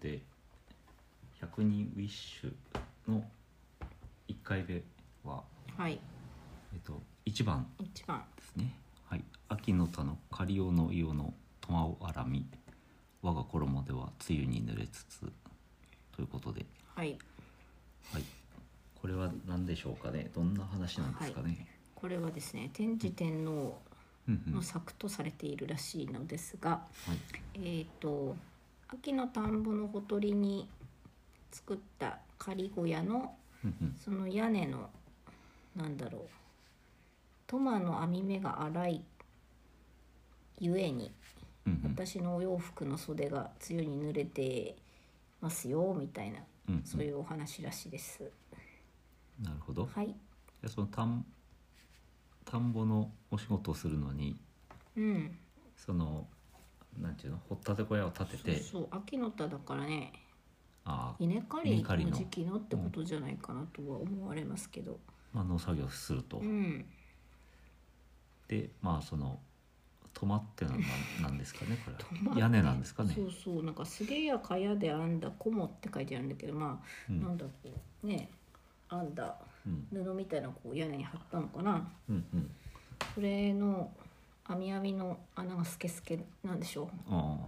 で「100人ウィッシュ」の1回目は、はいえっと、1番一番ですね「はい、秋の田のカリオのイのトマオアラミ我が衣では露に濡れつつ」ということで、はいはい、これは何でしょうかねどんな話なんですかね。これはですね天智天皇うんうんの作とされているらしいのですが、はいえっ、と秋の田んぼのほとりに作った仮小屋のうんうんその屋根のなんだろうトマの網目が粗いゆえにうんうん私のお洋服の袖が梅雨に濡れてますよみたいなうんうんそういうお話らしいです。なるほど。はい、でその田ん田んぼのお仕事をするのにうん、そのなんていうの掘ったて小屋を建てそうてそう秋の田だからねあー、稲刈り稲刈りのの時期のってことじゃないかなとは思われますけど、まあ、農作業をすると、うん、でまあその泊まってのはななんですかねこトマれは屋根なんですかねそうそうなんかすげえやかやで編んだこもって書いてあるんだけどまあ、うんなんだこうね編んだうん布みたいなのをこう屋根に貼ったのかなうんうんそれの編み編みの穴がスケスケなんでしょあ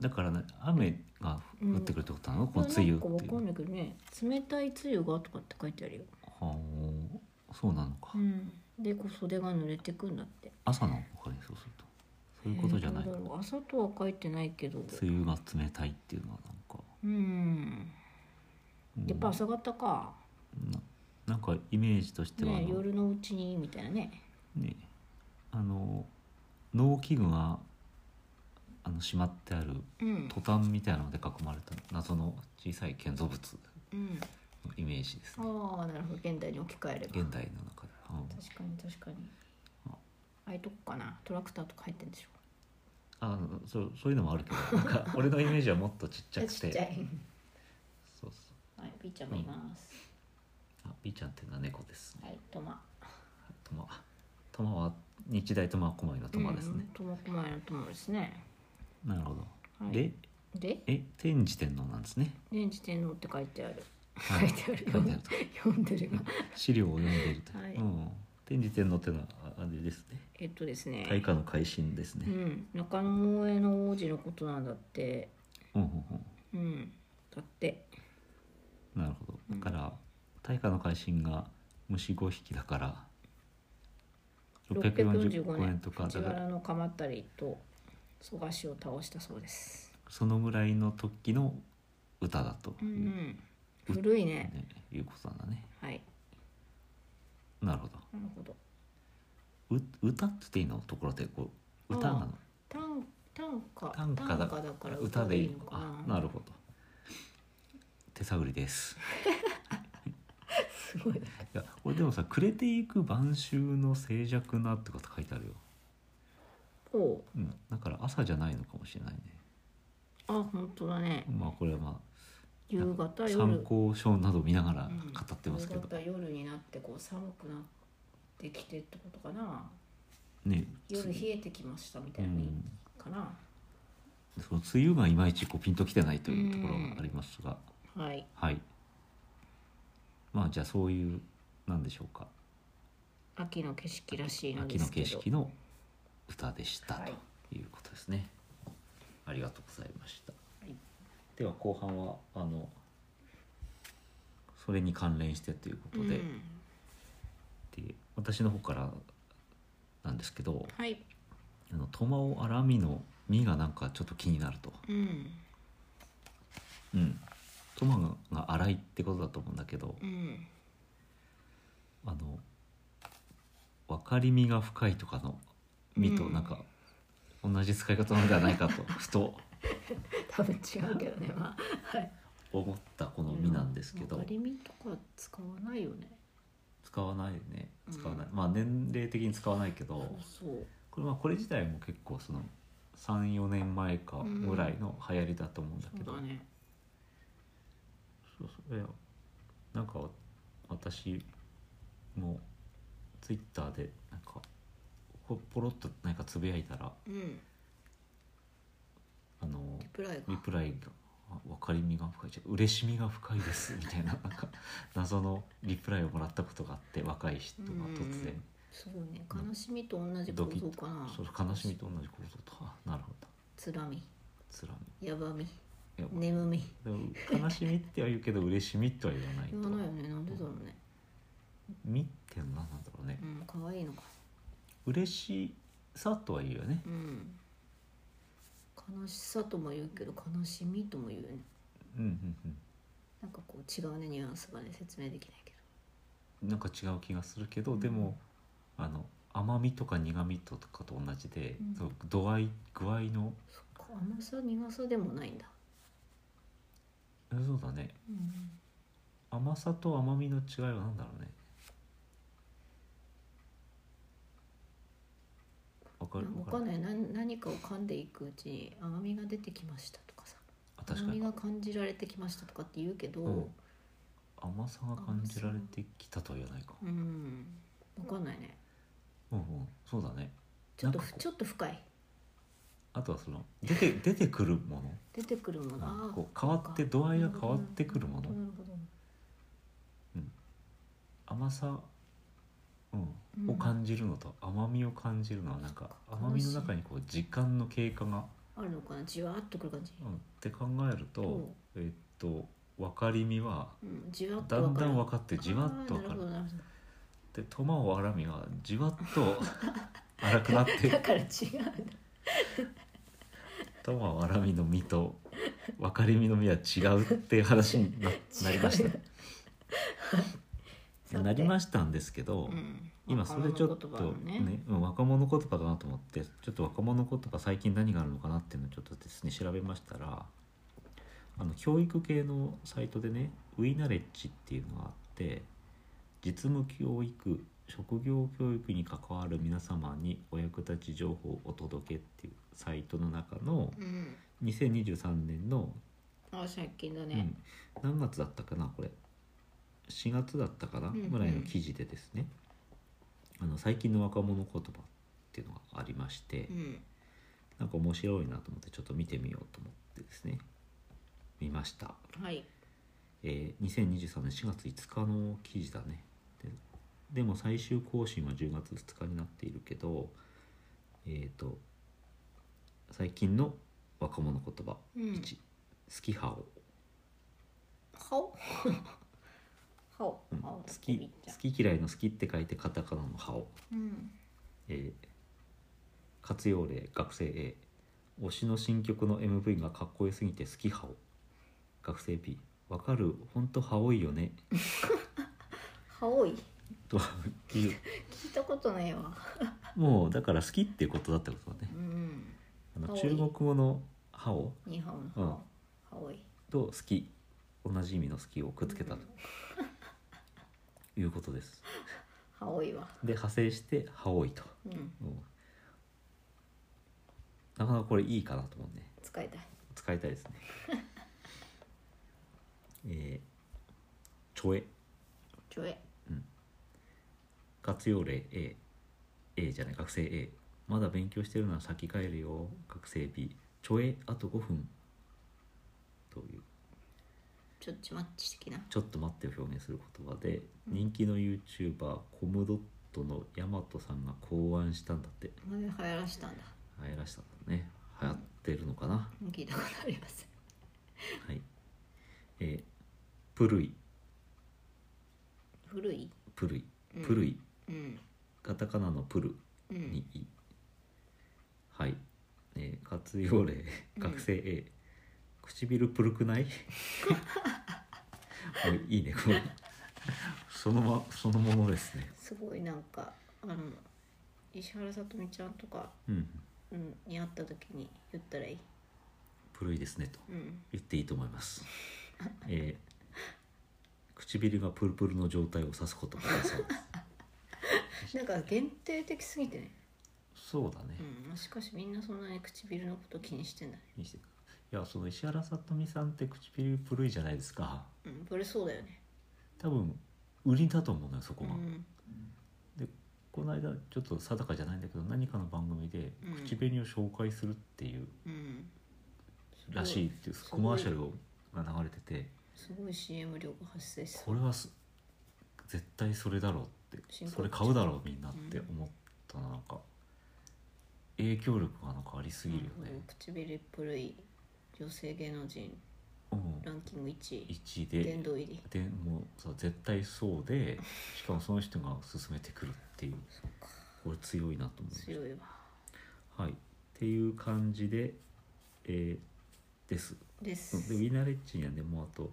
ーだからね雨が降ってくるってことなの、この梅雨なんかわっていかうんないけどね冷たい梅雨がとかって書いてあるよ、はあそうなのか、うん、でこう袖が濡れてくんだって朝なのかねそうするとそういうことじゃない、えーどうだろう朝とは書いてないけど梅雨が冷たいっていうのはなんか、うんうんやっぱ朝方か、ななんかイメージとしてはあね、の夜のうちにみたいなねねあの農機具があのしまってあるうん、トタンみたいなので囲まれた謎の小さい建造物うのん、イメージですねああなるほど現代に置き換えれば現代の中で、うん確かに確かにあああいうとこかなトラクターとか入ってんでしょあのそうそういうのもあるけどなんか俺のイメージはもっとちっちゃくてちっちゃいそうそう はいピーちゃんもいます、あ B ちゃんっていうのは猫ですねはいトマトマトマは日大苫小牧のトマですうんね、トマこまのトマですねなるほど、はいででえ天智天皇なんですね電磁天皇って書いてある は書いてある書いてあると読んでるが資料を読んでいるという、はいうん、天智天皇っていうのはああれですねえっとですね大化の改新ですうね、ん中野萌えの王子のことなんだってうんうんうんうんだってなるほうどんだから大化の改新が虫5匹だから645 645円年とか藤だから原の鎌足りと蘇我氏を倒したそうですそのぐらいの時の歌だと、うん、うん、古いねねいうことなんだねはいなるほどなるほどう歌って言っていいのところでこう歌なの短短歌短歌だ短から歌でいいののかかなあなるほど手探りですすごいいや俺でもさ「暮れていく晩秋の静寂な」ってこと書いてあるよ、おううん、だから朝じゃないのかもしれないねあ本当だねまあこれはま夕方あ夜参考書などを見ながらうん語ってますけど夕、方夜になってこう寒くなってきてってことかなね夜冷えてきましたみたういなのん、かな、その梅雨がいまいちこうピンときてないというところがありますが、はいはいまあじゃあそういうなんでしょうか秋の景色らしいの秋でのすけ景ど色の歌でしたはいということですね、ありがとうございました、はいでは後半はあのそれに関連してということで,、うん、で私の方からなんですけどはい「あのトマオアラミの「実がなんかちょっと気になると、うんうん、トマがが粗いってことだと思うんだけど、うんあの分かりみが深いとかの「実」となんか、同じ使い方なんじゃないかとふと多分違うけどねまあはい思ったこの実なんですけど、わかりみとか使わないよね使わないねうん使わない、まあ年齢的に使わないけそうどそうこれまあこれ自体も結構その34年前かぐらいの流行りだと思うんだけそど、うだねそうそういやなんか私もツイッターでなんかポポロッとなんかつぶやいたらうんあのリプライがリプライあ分かりみが深いじゃ嬉しみが深いですみたいななんか謎のリプライをもらったことがあって若い人が突然そうね悲しみと同じ構造かなそう悲しみと同じ構造とあなるほどつらみつらやばみみいや眠みでも悲しみっては言うけど嬉しみとは言わない言わないよとねなんでだろうね「み」って何なんだろうねうん可愛いのか嬉しさとは言うよねうん悲しさとも言うけど悲しみとも言うよねうんうんなんかこう違うねニュアンスがね説明できないけどうんなんか違う気がするけどでもあの甘みとか苦みとかと同じで、うんそう度合い具合のそっか甘さ苦さでもないんだうんそうだねうん甘さと甘みの違いは何だろうねわかる分わかかんるないな何かを噛んでいくうちに甘みが出てきましたとかさあ確甘かみにが感じられてきましたとかって言うけどうん甘さが感じられてきたとは言わないかうん分かんないねうんうんそうだねちょっとなんかこうちょっと深いあとはその出て出てくるもの出てくるものうんあーこう変わって度合いが変わってくるもなるのほど甘さ、うんうんを感じるのと甘みを感じるのはなんかそっか甘みの中にこう時間の経過が、あるのかなじわっとくる感じうん、って考えると、うんえっと分かりみはうんじわっとだんだん分わかってじわっと分かるあーなるほどなるほでトマオアラミはじわっと 荒くなっどだてから違うんだトマオアラミの実と分かりみの実は違うっていう話にななりま しさたてなりましたんですけど、うん今それちょっと若者言葉のねうん若者言葉だなと思ってちょっと若者言葉最近何があるのかなっていうのをちょっとですね調べましたらあの教育系のサイトでね「ウィナレッジ」っていうのがあって実務教育職業教育に関わる皆様にお役立ち情報をお届けっていうサイトの中のうん2023年の、あ最近だうねん、何月だったかなこれ4月だったかなうんうんぐらいの記事でですね、あの最近の若者言葉っていうのがありまして、うんなんか面白いなと思ってちょっと見てみようと思ってですね見ました、はいえー2023年4月5日の記事だねででも最終更新は10月2日になっているけどえっ、と最近の若者言葉うん1「好き派を」 顔顔うん顔好き好き嫌いの好きって書いてカタカナの「ハオうん」えー活用例学生 A 推しの新曲の MV がかっこよすぎて好き「ハオ」学生 B わかるほんとハオいよね顔いと聞いたことないわもうだから好きっていうことだってことだうねんあのハオい中国語の「ハオ日本うんの顔顔い」と「好き」同じ意味の「好き」をくっつけたということです顔いわで派生して「ハオい」と、うんうんなかなかこれいいかなと思うね使いたい使いたいですね えー、ちょえちょえ活用例 A A じゃない学生 A まだ勉強してるなら先帰るよ学生 B ちょえあと5分というちょっちマッチ的なちょっと待ってを表現する言葉で人気の YouTuber コムドットのヤマトさんが考案したんだって前流行らしたんだ流行らしたんだね流行ってるのかな聞いたことありますはいえー、プルイ古いプルイうんプルイ、うんカタカナのプルうにん、はい、えー活用例うん学生 A、唇プルく ないおいいいねこれそのまそのものですねすごいなんかあの石原さとみちゃんとか、うんうん、に会った時に言ったらいいプルいですねとうん言っていいと思います、えー唇がプルプルの状態を指す言葉だそうでなんか限定的すぎてね、すそうだね、うん、しかしみんなそんなに唇のこと気にしてんだねいいしいやその石原さとみさんって唇プルいじゃないですかうんこれそうだよね多分売りだと思うのよそこうが、んこの間ちょっと定かじゃないんだけど何かの番組でうん口紅を紹介するっていううんすらしいっていうすごいコマーシャルが流れててすごい CM 量が発生しそこれはす絶対それだろうって進行それ買うだろうみんなって思ったななんか影響力がなんかありすうぎなるよるほどね。唇っぽい女性芸能人うんランキング1位1位で殿堂入りでもうさ絶対そうでしかもその人が進めてくるっていうこれ強いなと思いました強いわはい、っていう感じで、えーです。でですウィナーレッジにはねもうあと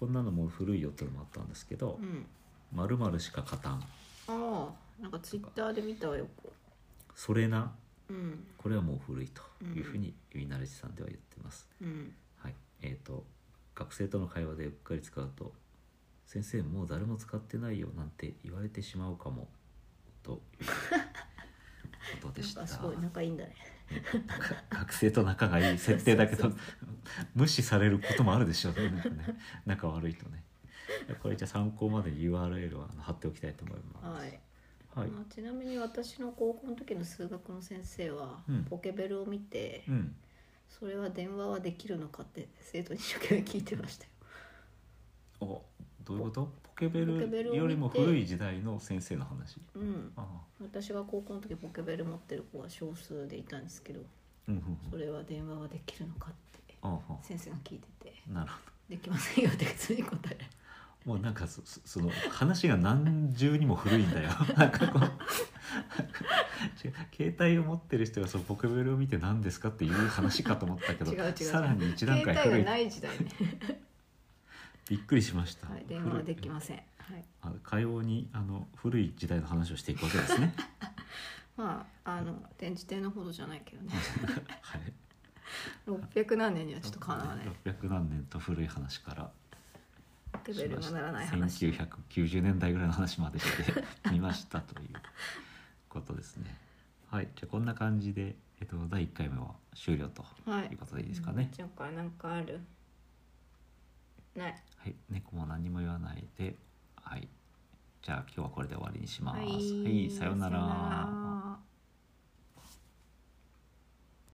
こんなのもう古いよってのもあったんですけどうん「まるまるしか勝たん」ああなんかツイッターで見たわよく「それなうん」これはもう古いというふうにウィナーレッジさんでは言ってます。うんはい、えーと学生との会話でうっかり使うと「先生もう誰も使ってないよ」なんて言われてしまうかもと いうことでなんしたか。すごい仲いいんだね学生と仲がいい設定だけど無視されることもあるでしょうねなんかね仲悪いとねこれじゃあ参考まで URL はあの貼っておきたいと思いまはすい、はい、まあ、ちなみに私の高校の時の数学の先生は、うんポケベルを見て、うんそれは電話はできるのかって生徒に一生懸命聞いてましたよおどういうことポケベポケベルルを見てよりも古い時代の先生の話うんああ私が高校の時ポケベル持ってる子は少数でいたんですけどうんうんうそんれは電話はできるのかってああ先生が聞いててなるほできませんよって普通に答えどもうなんかそそその話が何重にも古いんだよ なんかこう違う携帯を持ってる人がそのポケベルを見て何ですかっていう話かと思ったけど違う違う違うさらに一段階携古帯いがない時代ね、びっくりしました。 はい、電話はでき古いません、はい、あの会話にあの古い時代の話をしていくわけです ね。まああの展示亭のほどじゃないけど ねはい。 600何年にはちょっとかなわない六百何年と古い話からポケベしルまもしならた。ない千話九百九十年代ぐらいの話までしてみましたということですね。はい。じゃあこんな感じでえっと第一回目は終了とはいいうことでいいですかね。じゃあなんかあるないはい。猫も何も言わないで、はい。じゃあ今日はこれで終わりにします。ははいい。さようなら。